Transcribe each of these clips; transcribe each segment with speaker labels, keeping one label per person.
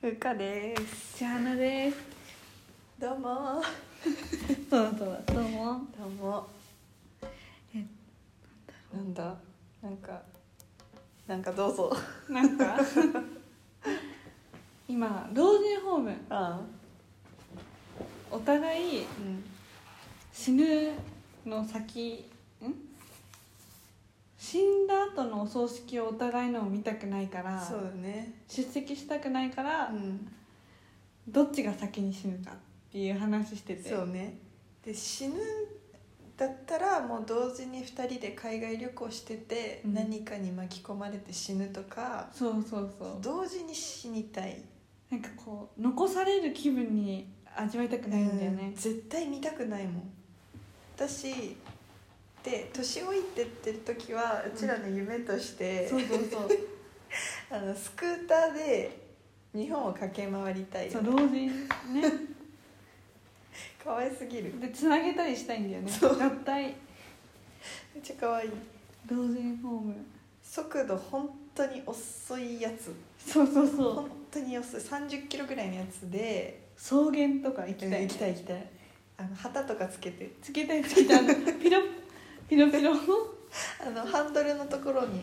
Speaker 1: ふうかです
Speaker 2: じゃあなです
Speaker 1: どうも
Speaker 2: そうだそうだどうも
Speaker 1: どうも
Speaker 2: え
Speaker 1: なんだなんかなんかどうぞ
Speaker 2: なん か今老人ホーム
Speaker 1: あ
Speaker 2: お互い
Speaker 1: あうん
Speaker 2: 死ぬの先ん死んだ後のお葬式をお互いのを見たくないから
Speaker 1: そうだね
Speaker 2: 出席したくないから、
Speaker 1: うん
Speaker 2: どっちが先に死ぬかっていう話してて
Speaker 1: そうねで死ぬんだったらもう同時に2人で海外旅行してて、
Speaker 2: うん
Speaker 1: 何かに巻き込まれて死ぬとか
Speaker 2: そうそうそう
Speaker 1: 同時に死にたい
Speaker 2: なんかこう残される気分に味わいたくないんだよ
Speaker 1: う
Speaker 2: ね
Speaker 1: ん、絶対見たくないもん私で年老いてってる時はうちらの夢として、
Speaker 2: そうそう そう
Speaker 1: あのスクーターで日本を駆け回りたい
Speaker 2: そう老人ね
Speaker 1: かわいすぎる
Speaker 2: でつなげたりしたいんだよね
Speaker 1: そう
Speaker 2: 合体
Speaker 1: めっちゃかわいい
Speaker 2: 老人ホーム
Speaker 1: 速度本当に遅いやつ
Speaker 2: そうそうそう
Speaker 1: 本当に遅い30キロぐらいのやつで
Speaker 2: 草原とか行きたい、
Speaker 1: 行きたい行きたいあの旗とかつけて
Speaker 2: つけたいつけたいあのピロピロピロ
Speaker 1: あのハンドルのところに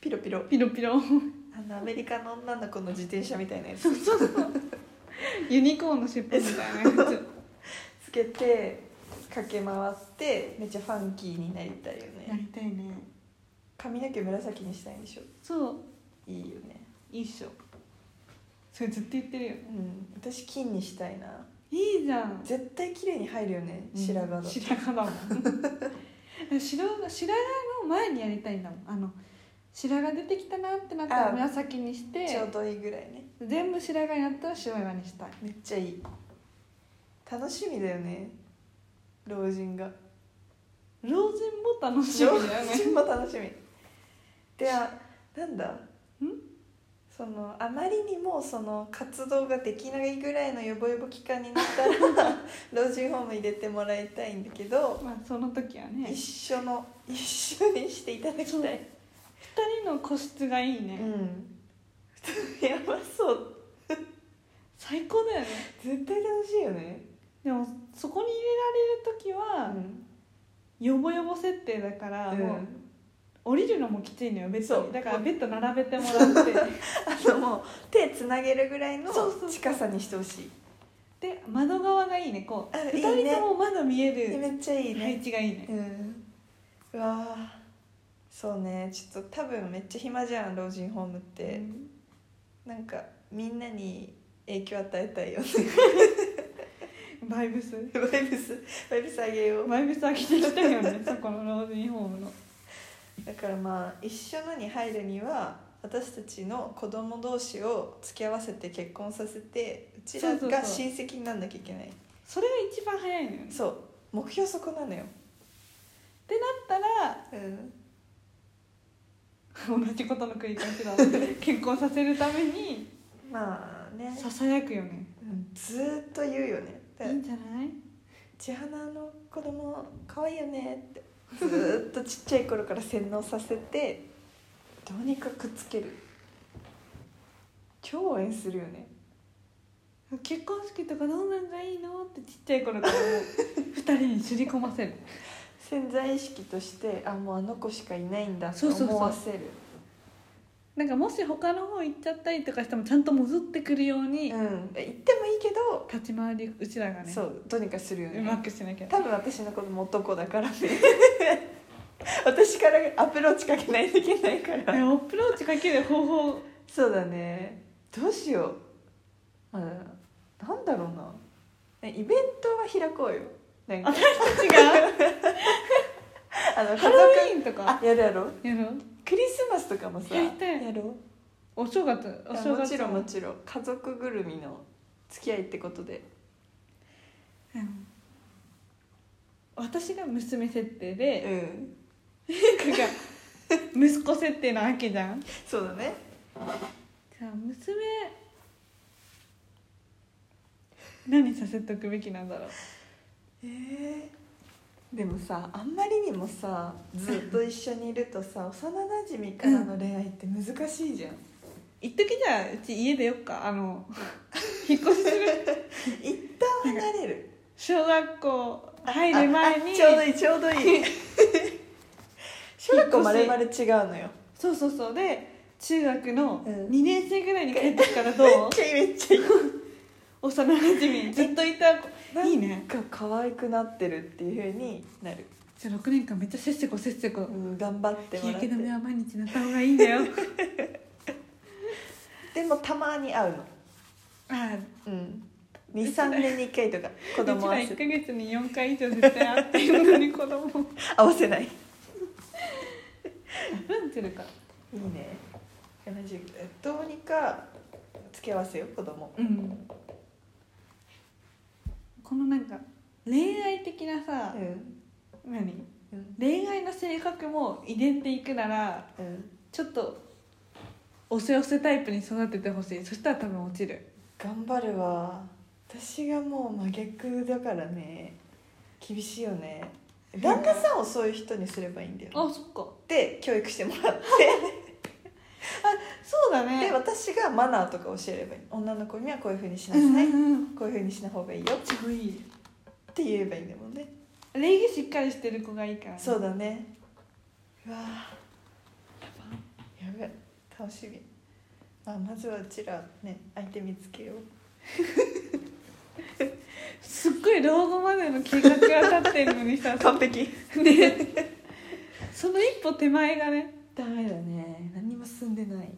Speaker 1: ピロピロ
Speaker 2: ピロピロ
Speaker 1: あのアメリカの女の子の自転車みたいなやつ
Speaker 2: そうそうそうユニコーンの尻尾みたいな やつ
Speaker 1: つけて駆け回ってめっちゃファンキーになりたいよ
Speaker 2: やり
Speaker 1: ね
Speaker 2: たいね
Speaker 1: 髪の毛紫にしたいんでしょ
Speaker 2: そう
Speaker 1: いいよね
Speaker 2: いいっしょそれずっと言ってる
Speaker 1: う
Speaker 2: よ
Speaker 1: ん私金にしたいない
Speaker 2: いじゃん
Speaker 1: 絶対綺麗に入るよね白髪の、
Speaker 2: 白髪だもん 白髪白髪の前にやりたいんだもんあの白髪出てきたなってなったら
Speaker 1: あ
Speaker 2: 紫にして
Speaker 1: ちょうどいいぐらいね
Speaker 2: 全部白髪になったら白髪にしたい
Speaker 1: めっちゃいい楽しみだよね老人が
Speaker 2: 老人も楽しみ
Speaker 1: 老
Speaker 2: だよ ね
Speaker 1: 人も楽しみであなんだそのあまりにもその活動ができないぐらいのヨボヨボ期間になった ら老人ホーム入れてもらいたいんだけど、
Speaker 2: まあその時はね
Speaker 1: 一緒の一緒にしていただきたい
Speaker 2: 二人の個室がいいうね、
Speaker 1: ん やばそう
Speaker 2: 最高だよね
Speaker 1: 絶対楽しいよね、
Speaker 2: でもそこに入れられる時は、ヨボヨボ設定だから、
Speaker 1: うん
Speaker 2: もう降りるのもきついのよベッド
Speaker 1: そ
Speaker 2: に
Speaker 1: う
Speaker 2: だからベッド並べてもらって
Speaker 1: あのもう手つなげるぐらいの
Speaker 2: そうそうそう
Speaker 1: 近さにしてほしい
Speaker 2: で窓側がいいねこう
Speaker 1: あいいね
Speaker 2: 二人とも窓見え
Speaker 1: え
Speaker 2: る
Speaker 1: めっちゃいい
Speaker 2: 配
Speaker 1: ね、
Speaker 2: 置がいいね
Speaker 1: うんうわーそうねちょっと多分めっちゃ暇じゃん老人ホームって、なんかみんなに影響与えたいよね
Speaker 2: うんバイブス
Speaker 1: バイブスバイブスあげよう
Speaker 2: バイブス上げてきたよね そこの老人ホームの
Speaker 1: だからまあ一緒のに入るには私たちの子供同士を付き合わせて結婚させてうちら
Speaker 2: そうそう
Speaker 1: が
Speaker 2: そう
Speaker 1: 親戚になんなきゃいけない
Speaker 2: それが一番早いのよねっ
Speaker 1: そう目標そこなのよ、
Speaker 2: てなっ
Speaker 1: うん、
Speaker 2: たら 同じことの繰り 返しだ結婚させるために
Speaker 1: まあね
Speaker 2: ささやくよね
Speaker 1: うんずーっと言うよねだ
Speaker 2: い
Speaker 1: か
Speaker 2: い
Speaker 1: ら
Speaker 2: んじゃない
Speaker 1: 千花の子供可愛いよねってずーっとちっちゃい頃から洗脳させてどうにかくっつける超応援するよね
Speaker 2: 結婚式とかどうなんがいいのってちっちゃい頃からもう二人にすり込ませる
Speaker 1: 潜在意識としてあもうあの子しかいないんだと
Speaker 2: そうそうそう
Speaker 1: 思わせる
Speaker 2: なんかもし他の方行っちゃったりとかしてもちゃんと戻ってくるように
Speaker 1: うんえ言ってもいいけど、
Speaker 2: 立ち回りうちらがね
Speaker 1: そうどうにかするよ
Speaker 2: うま
Speaker 1: ね
Speaker 2: くしなきゃ
Speaker 1: 多分私の子供男だからね 私からアプローチかけないといけないから
Speaker 2: えアプローチかける方法
Speaker 1: そうだねどうしよう、まあ、なんだろうなねイベントは開こうよなんか
Speaker 2: 私たちが
Speaker 1: あの家
Speaker 2: ハ
Speaker 1: 族
Speaker 2: ロウィーンとか
Speaker 1: あやるやろ
Speaker 2: やろう
Speaker 1: クリスマスとかもさ
Speaker 2: やりたい
Speaker 1: ろう
Speaker 2: お正月お
Speaker 1: あ
Speaker 2: 正
Speaker 1: も
Speaker 2: 月
Speaker 1: ちろんもちろん家族ぐるみの付き合いってことで
Speaker 2: うん私が娘設定で
Speaker 1: ん
Speaker 2: ふうかが息子設定なわけじゃんじ
Speaker 1: そうだね
Speaker 2: ゃあ娘何させておくべきなんだろう
Speaker 1: えーでもさあんまりにもさずっと一緒にいるとさ幼なじみからの恋愛って難しいじゃん
Speaker 2: 一時じゃあうち家出よっかあの引っ越しする
Speaker 1: 一旦離れる
Speaker 2: 小学校入る前
Speaker 1: あ
Speaker 2: に
Speaker 1: あちょうどいいちょうどいい小学校まるまる違うのよ
Speaker 2: そうそうそうで中学の
Speaker 1: うん
Speaker 2: 2年生ぐらいに帰ってきたらど う、
Speaker 1: ちゃいいめっちゃいい
Speaker 2: 幼なじみずっといた子いい
Speaker 1: な
Speaker 2: ね
Speaker 1: んか可愛くなってるっていうふうになる、
Speaker 2: じゃあ6年間めっちゃせっせこせっせこ
Speaker 1: うん、頑張って
Speaker 2: 日
Speaker 1: もら
Speaker 2: 焼
Speaker 1: っ
Speaker 2: け
Speaker 1: て
Speaker 2: 止めは毎日塗った方がいいんだ よ
Speaker 1: でもたまに会うの
Speaker 2: あ
Speaker 1: うん23年に1回 とか子
Speaker 2: 子
Speaker 1: 供
Speaker 2: 供
Speaker 1: は
Speaker 2: は1ヶ月に4回以上絶対会ってるのに 子供
Speaker 1: 合わせないい
Speaker 2: ランチェルか
Speaker 1: いねマジどうにか付け合わせよ子供
Speaker 2: うんこのなんか恋愛的なさ、
Speaker 1: うん
Speaker 2: 何
Speaker 1: うん
Speaker 2: 恋愛の性格も遺伝でいくなら
Speaker 1: うん
Speaker 2: ちょっとおせおせタイプに育ててほしいそしたら多分落ちる
Speaker 1: 頑張るわ私がもう真逆だからね厳しいよね旦那さんをそういう人にすればいいんだよ
Speaker 2: あそっか
Speaker 1: で教育してもらって
Speaker 2: そうだね
Speaker 1: で私がマナーとか教えればいい女の子にはこういうふうにしなさい、
Speaker 2: うんうんうん
Speaker 1: こういうふうにしない方がいいよっ
Speaker 2: すごい
Speaker 1: て言えばいいんだもんね
Speaker 2: 礼儀しっかりしてる子がいいからね、
Speaker 1: そうだねうわーやばい楽しみ、まあ、まずはうちらね相手見つけよう
Speaker 2: すっごい老後までの計画が立ってるのにさ
Speaker 1: 完璧
Speaker 2: ねその一歩手前がね
Speaker 1: ダメだね何も進んでない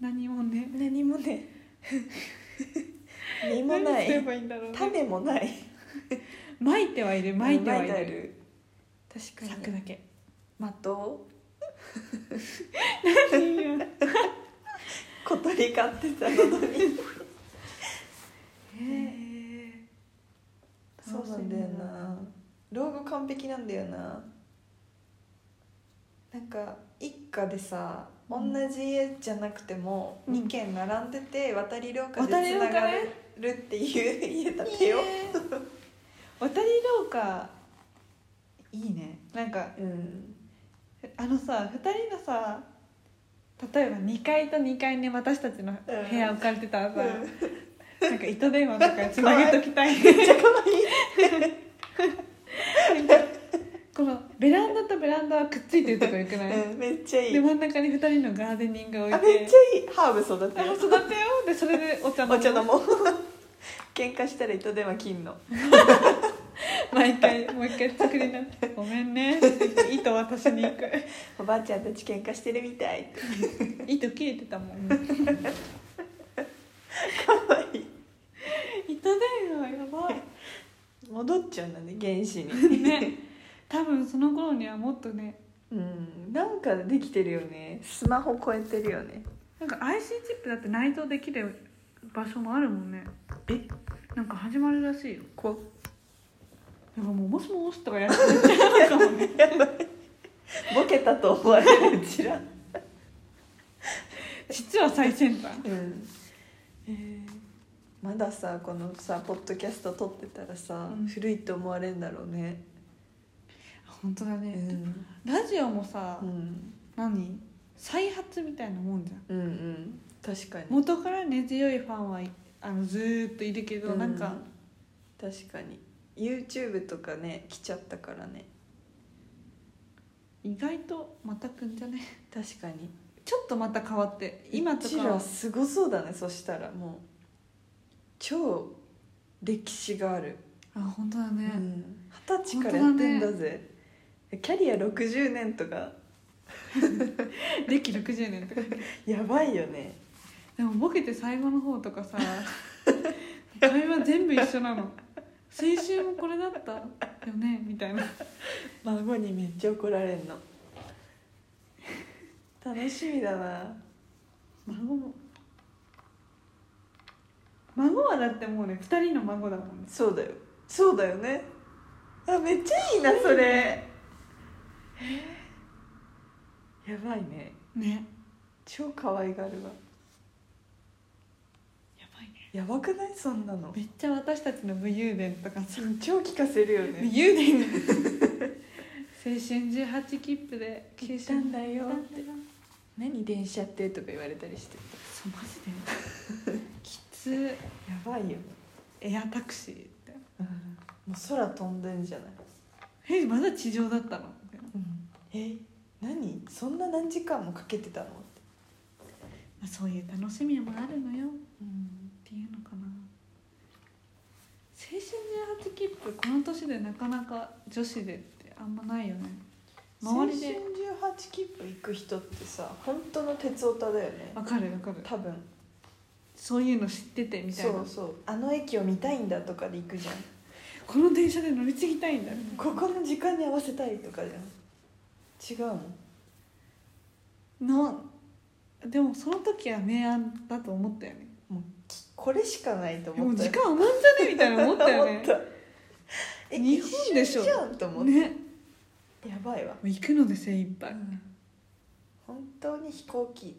Speaker 2: 何もね
Speaker 1: 何もね何もな
Speaker 2: 何すれ
Speaker 1: い
Speaker 2: ばいいんだろうね
Speaker 1: 種もない
Speaker 2: まいてはいるまいてはい
Speaker 1: 撒
Speaker 2: る
Speaker 1: る確か
Speaker 2: 咲く
Speaker 1: に
Speaker 2: だ け
Speaker 1: 的を
Speaker 2: 何よ
Speaker 1: 小鳥飼ってたのに
Speaker 2: へ
Speaker 1: そうなんだよな老後完璧なんだよななんか一家でさ同
Speaker 2: うん
Speaker 1: じ家じゃなくても
Speaker 2: うん
Speaker 1: 2軒並んでて渡り廊下で
Speaker 2: 渡り
Speaker 1: つ
Speaker 2: 廊
Speaker 1: な
Speaker 2: 下ね
Speaker 1: がれるっていう家建てよう
Speaker 2: 渡り廊下いいねなんか
Speaker 1: うん
Speaker 2: あのさ2人のさ例えば2階と2階に私たちの部屋置かれてたらさ、なんか糸電話とかつなげときたい
Speaker 1: めっちゃ可愛い
Speaker 2: このベランダとベランダはくっついてるとこよくない、
Speaker 1: うんめっちゃいい
Speaker 2: で
Speaker 1: あめ
Speaker 2: 真ん中に2人のガーデニングを置い
Speaker 1: ってちゃいいハーブ育て
Speaker 2: あ
Speaker 1: よ
Speaker 2: 育てようでそれでお茶飲
Speaker 1: う
Speaker 2: む
Speaker 1: お茶飲もう喧嘩したら糸電話金の
Speaker 2: 毎回もう一回作りなってごめんね糸渡しに行く
Speaker 1: おばあちゃんたち喧嘩してるみたい
Speaker 2: 糸切れてたもん
Speaker 1: 可愛い
Speaker 2: 糸電話やば
Speaker 1: 戻っちゃうんだね原始に
Speaker 2: いね多分その頃にはもっとね
Speaker 1: うん、なんかできてるよねスマホ超えてるよね
Speaker 2: なんか IC チップだって内蔵できる場所もあるもんね
Speaker 1: え
Speaker 2: なんか始まるらしいよ
Speaker 1: こ
Speaker 2: だからもう「もしもし」とかやっちゃうかもね
Speaker 1: ボケたと思われるうちら
Speaker 2: 実は最先端
Speaker 1: うんまださこのさポッドキャスト撮ってたらさ、
Speaker 2: うん
Speaker 1: 古いと思われるんだろうね
Speaker 2: 本当だね、
Speaker 1: うん、
Speaker 2: ラジオもさ、
Speaker 1: うん、
Speaker 2: 何再発みたいなもんじゃ
Speaker 1: う
Speaker 2: ん
Speaker 1: んうん確かに
Speaker 2: 元から根強いファンはいあのずーっといるけど、
Speaker 1: うん
Speaker 2: なんか
Speaker 1: 確かに YouTube とかね来ちゃったからね
Speaker 2: 意外とまたくんじゃね
Speaker 1: 確かに
Speaker 2: ちょっとまた変わって今と
Speaker 1: う
Speaker 2: か
Speaker 1: ちら
Speaker 2: は
Speaker 1: すごそうだねそしたらもう超歴史がある
Speaker 2: あ本当だね、
Speaker 1: うん二十歳からやってんだぜキャリア60年とか
Speaker 2: 歴60年とか
Speaker 1: やばいよね
Speaker 2: でもボケて最後の方とかさ 会話全部一緒なの先週もこれだったよねみたいな
Speaker 1: 孫にめっちゃ怒られんの楽しみだな
Speaker 2: 孫も孫はだってもうね2人の孫だもんね
Speaker 1: そうだよそうだよねあめっちゃいいなそれえーやばいね
Speaker 2: ね
Speaker 1: 超可愛がるわ
Speaker 2: やばいね
Speaker 1: やばくないそんなの
Speaker 2: めっちゃ私たちの武勇伝とかさ
Speaker 1: 超聞かせるよ
Speaker 2: 武
Speaker 1: ね
Speaker 2: 勇伝青春18切符で
Speaker 1: 来たんだよ
Speaker 2: って
Speaker 1: 何電車ってとか言われたりして
Speaker 2: そうマジできつ
Speaker 1: やばいよ、
Speaker 2: エアタクシーって
Speaker 1: もう空飛んでんじゃない、
Speaker 2: えまだ地上だったのみたいな
Speaker 1: え何そんな何時間もかけてたのって、
Speaker 2: まあそういう楽しみもあるのよっていうのかな青春18切符この年でなかなか女子でってあんまないよね周
Speaker 1: 周
Speaker 2: り
Speaker 1: りで
Speaker 2: で
Speaker 1: 18切符行く人ってさ本当の鉄オタだよね
Speaker 2: わかるわかる
Speaker 1: 多分
Speaker 2: そういうの知っててみたい
Speaker 1: そ
Speaker 2: な
Speaker 1: うそうあの駅を見たいんだとかで行くじゃん
Speaker 2: この電車で乗り継ぎたいんだみたいな
Speaker 1: ここの時間に合わせたいとかじゃん違うの
Speaker 2: のでもその時は明暗だと思ったよね
Speaker 1: もうきこれしかないと
Speaker 2: も
Speaker 1: 思
Speaker 2: う
Speaker 1: った
Speaker 2: 時間余んじゃねみたいな思ったよね
Speaker 1: 思ったえ
Speaker 2: 日本でしょ
Speaker 1: 一緒じゃんと思って、
Speaker 2: ね
Speaker 1: やばいわ、
Speaker 2: 行くので精一杯、
Speaker 1: 本当に飛行機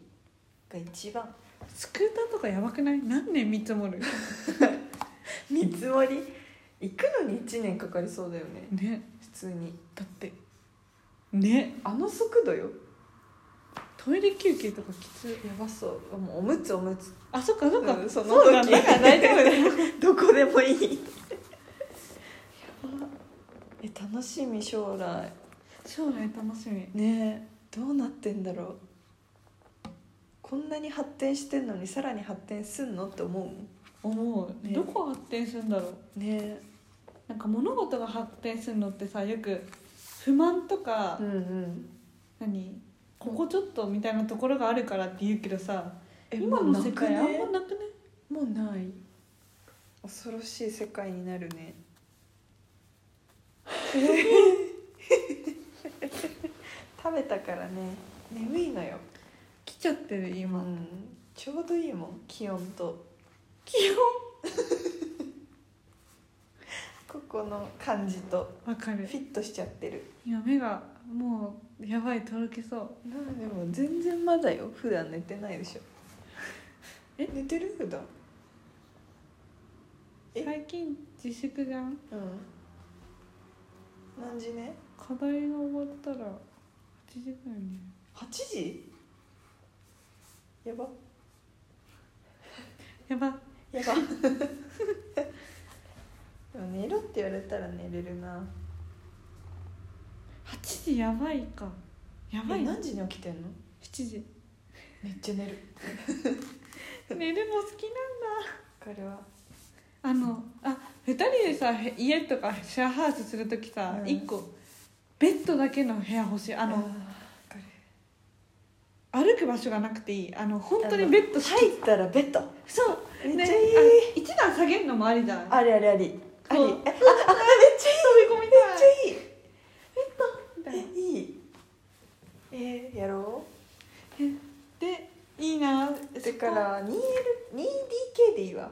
Speaker 1: が一番
Speaker 2: スクーターとかやばくない何年見積もる
Speaker 1: 見積もり行くのに1年かかりそうだよね
Speaker 2: ね
Speaker 1: 普通に
Speaker 2: だってね
Speaker 1: あの速度よ
Speaker 2: トイレ休憩とかきつ
Speaker 1: やばそうもうおむつおむつ
Speaker 2: あそっかそっか、
Speaker 1: うん
Speaker 2: そ
Speaker 1: そうの時
Speaker 2: だだから大丈夫 だよ
Speaker 1: どこでもいいえ楽しみ将来
Speaker 2: 将来楽しみ
Speaker 1: ねえどうなってんだろうこんなに発展してんのにさらに発展すんのって思うもん
Speaker 2: 思う、
Speaker 1: ね
Speaker 2: どこ発展するんだろう
Speaker 1: ね
Speaker 2: なんか物事が発展するのってさよく不満とか、
Speaker 1: うんうん
Speaker 2: 何ここちょっとみたいなところがあるからって言うけどさ
Speaker 1: え
Speaker 2: 今の世界あんまなくね
Speaker 1: もうない恐ろしい世界になるね 食べたからね眠いのよ、
Speaker 2: 来ちゃってる
Speaker 1: う
Speaker 2: 今
Speaker 1: ん、ちょうどいいもん気温と
Speaker 2: 気
Speaker 1: ここの感じと
Speaker 2: 温わか
Speaker 1: フ
Speaker 2: る
Speaker 1: ィットしちゃってる
Speaker 2: 今目がもうやばいとろけそう
Speaker 1: なあでも全然まだよ普段寝てないでしょ
Speaker 2: え
Speaker 1: 寝てる普段え
Speaker 2: 最近自粛じゃん
Speaker 1: うん何時ね
Speaker 2: 課題が終わったら8時だよね
Speaker 1: 8時やば
Speaker 2: やば
Speaker 1: や ばでも寝ろって言われたら寝れるな
Speaker 2: 8時やばいかやば
Speaker 1: え
Speaker 2: いな
Speaker 1: 何時に起きてんの
Speaker 2: 7時
Speaker 1: めっちゃ寝る
Speaker 2: 寝るの好きなんだ
Speaker 1: これは
Speaker 2: あのあ二2人でさへ家とかシェアハウスする時さ、
Speaker 1: うん
Speaker 2: 一1個ベッドだけの部屋欲しいあ
Speaker 1: あ
Speaker 2: の
Speaker 1: わかる
Speaker 2: 歩く場所がなくていいあの本当にベッド
Speaker 1: 入ったらベッド
Speaker 2: そう
Speaker 1: めっ
Speaker 2: ね
Speaker 1: ちゃいい、
Speaker 2: あ一段下げるのもありじゃない
Speaker 1: ありありありありえ
Speaker 2: こう
Speaker 1: ああめっちゃいい
Speaker 2: 飛び込み
Speaker 1: めっち
Speaker 2: た
Speaker 1: ゃ
Speaker 2: い
Speaker 1: いい
Speaker 2: みたいな
Speaker 1: えいいえー、やろ
Speaker 2: でいいな
Speaker 1: う
Speaker 2: そ
Speaker 1: だ
Speaker 2: こ
Speaker 1: から 2L2DK でいいわ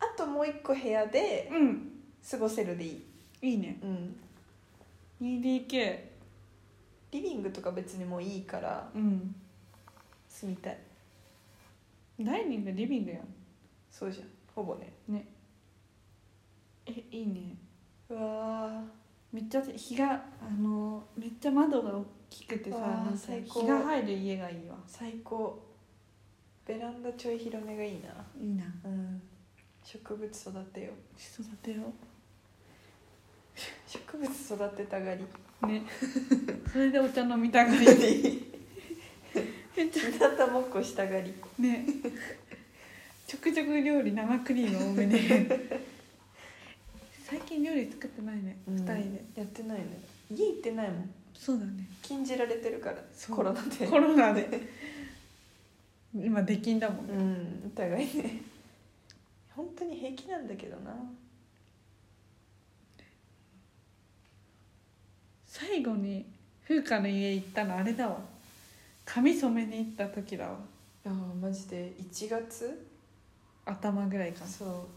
Speaker 1: あともう一個部屋で
Speaker 2: うん
Speaker 1: 過ごせるでいい
Speaker 2: いいね
Speaker 1: うん
Speaker 2: 2DK
Speaker 1: リビングとか別にもういいから
Speaker 2: うん
Speaker 1: 住みたい
Speaker 2: ダイニングリビングやん
Speaker 1: そうじゃんほぼね
Speaker 2: えいいね
Speaker 1: うわ
Speaker 2: めっちゃ日があのめっちゃ窓が大きくてさ
Speaker 1: わあ
Speaker 2: なんか
Speaker 1: 最高
Speaker 2: 日が入る家がいいわ
Speaker 1: 最高ベランダちょい広めがいいない
Speaker 2: いな
Speaker 1: うん植物育てよう
Speaker 2: 育てよ
Speaker 1: 植物育てたがり
Speaker 2: うね それでお茶飲みたがり めっち
Speaker 1: 日向ぼっこしたがり
Speaker 2: ゃねちょくちょく料理生クリーム多めで 最近料理作ってないね、
Speaker 1: うん
Speaker 2: 二人で
Speaker 1: やってないね家行ってないもん
Speaker 2: そうだね
Speaker 1: 禁じられてるから
Speaker 2: そう
Speaker 1: コロナで
Speaker 2: コロナで今出禁だもんね
Speaker 1: うんお互いね本当に平気なんだけどな
Speaker 2: 最後に風花の家行ったのあれだわ髪染めに行った時だわ
Speaker 1: ああマジで1月
Speaker 2: 頭ぐらいかな
Speaker 1: そ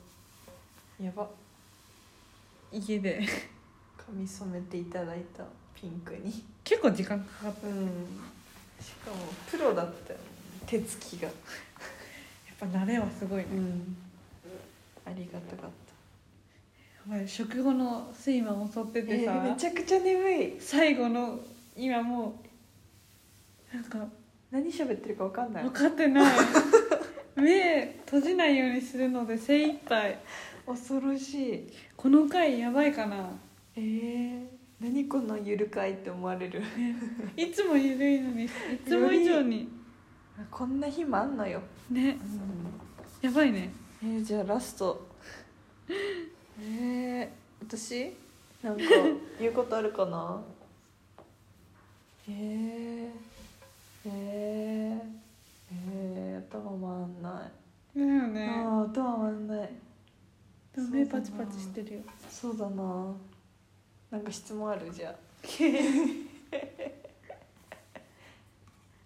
Speaker 1: うやば
Speaker 2: 家で
Speaker 1: 髪染めていただいたピンクに
Speaker 2: 結構時間かかったや
Speaker 1: うんしかもプロだったよ手つきが
Speaker 2: っぱ慣れはすごいね、
Speaker 1: んありがたかっ
Speaker 2: お前食後の睡魔を襲って
Speaker 1: た
Speaker 2: て
Speaker 1: え
Speaker 2: さ
Speaker 1: ー、めちゃくちゃ眠い
Speaker 2: 最後の今もうなんか
Speaker 1: 何喋ってるか分かんない
Speaker 2: 分かってない 目閉じないようにするので精一杯
Speaker 1: 恐ろしい
Speaker 2: この回やばいかな
Speaker 1: えー、何このゆるかいって思われる
Speaker 2: いつもゆるいのにいつも以上に
Speaker 1: こんな日もあんのよ、
Speaker 2: ねやばいね
Speaker 1: えー、じゃあラスト えー、私なんか 言うことあるかなえー、えー、えー、頭回んない
Speaker 2: だよ
Speaker 1: あ
Speaker 2: ね
Speaker 1: ー頭回んない
Speaker 2: でも目パチパチしてるよ
Speaker 1: そうだななんか質問あるじゃ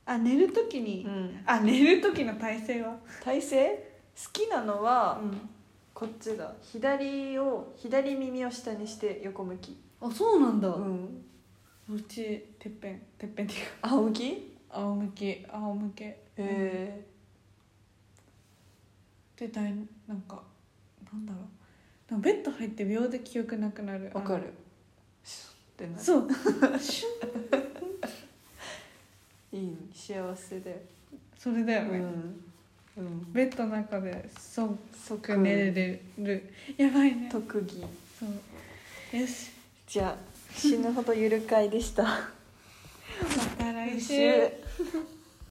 Speaker 2: あ寝る時
Speaker 1: あ、
Speaker 2: に
Speaker 1: ん、
Speaker 2: あ寝る時の体勢は
Speaker 1: 体勢好きなのは、
Speaker 2: ん
Speaker 1: こっちだ左を左耳を下にして横向き
Speaker 2: あそうなんだ
Speaker 1: うん
Speaker 2: うちてっぺんてっぺんっていうか
Speaker 1: 仰向き
Speaker 2: 仰向け仰向け
Speaker 1: え
Speaker 2: でだいなんかなんだろうなんかベッド入って秒で記憶なくなる
Speaker 1: ー、わかるシュッて
Speaker 2: あ
Speaker 1: な
Speaker 2: の
Speaker 1: る
Speaker 2: そう
Speaker 1: いい幸せだよ、
Speaker 2: それだ
Speaker 1: う
Speaker 2: よね、
Speaker 1: んうん、
Speaker 2: ベッドの中で即
Speaker 1: 即
Speaker 2: 寝れる、やばいね
Speaker 1: 特技
Speaker 2: そうよし
Speaker 1: じゃあ死ぬほどゆるかいでした
Speaker 2: また来
Speaker 1: 来
Speaker 2: 週
Speaker 1: 週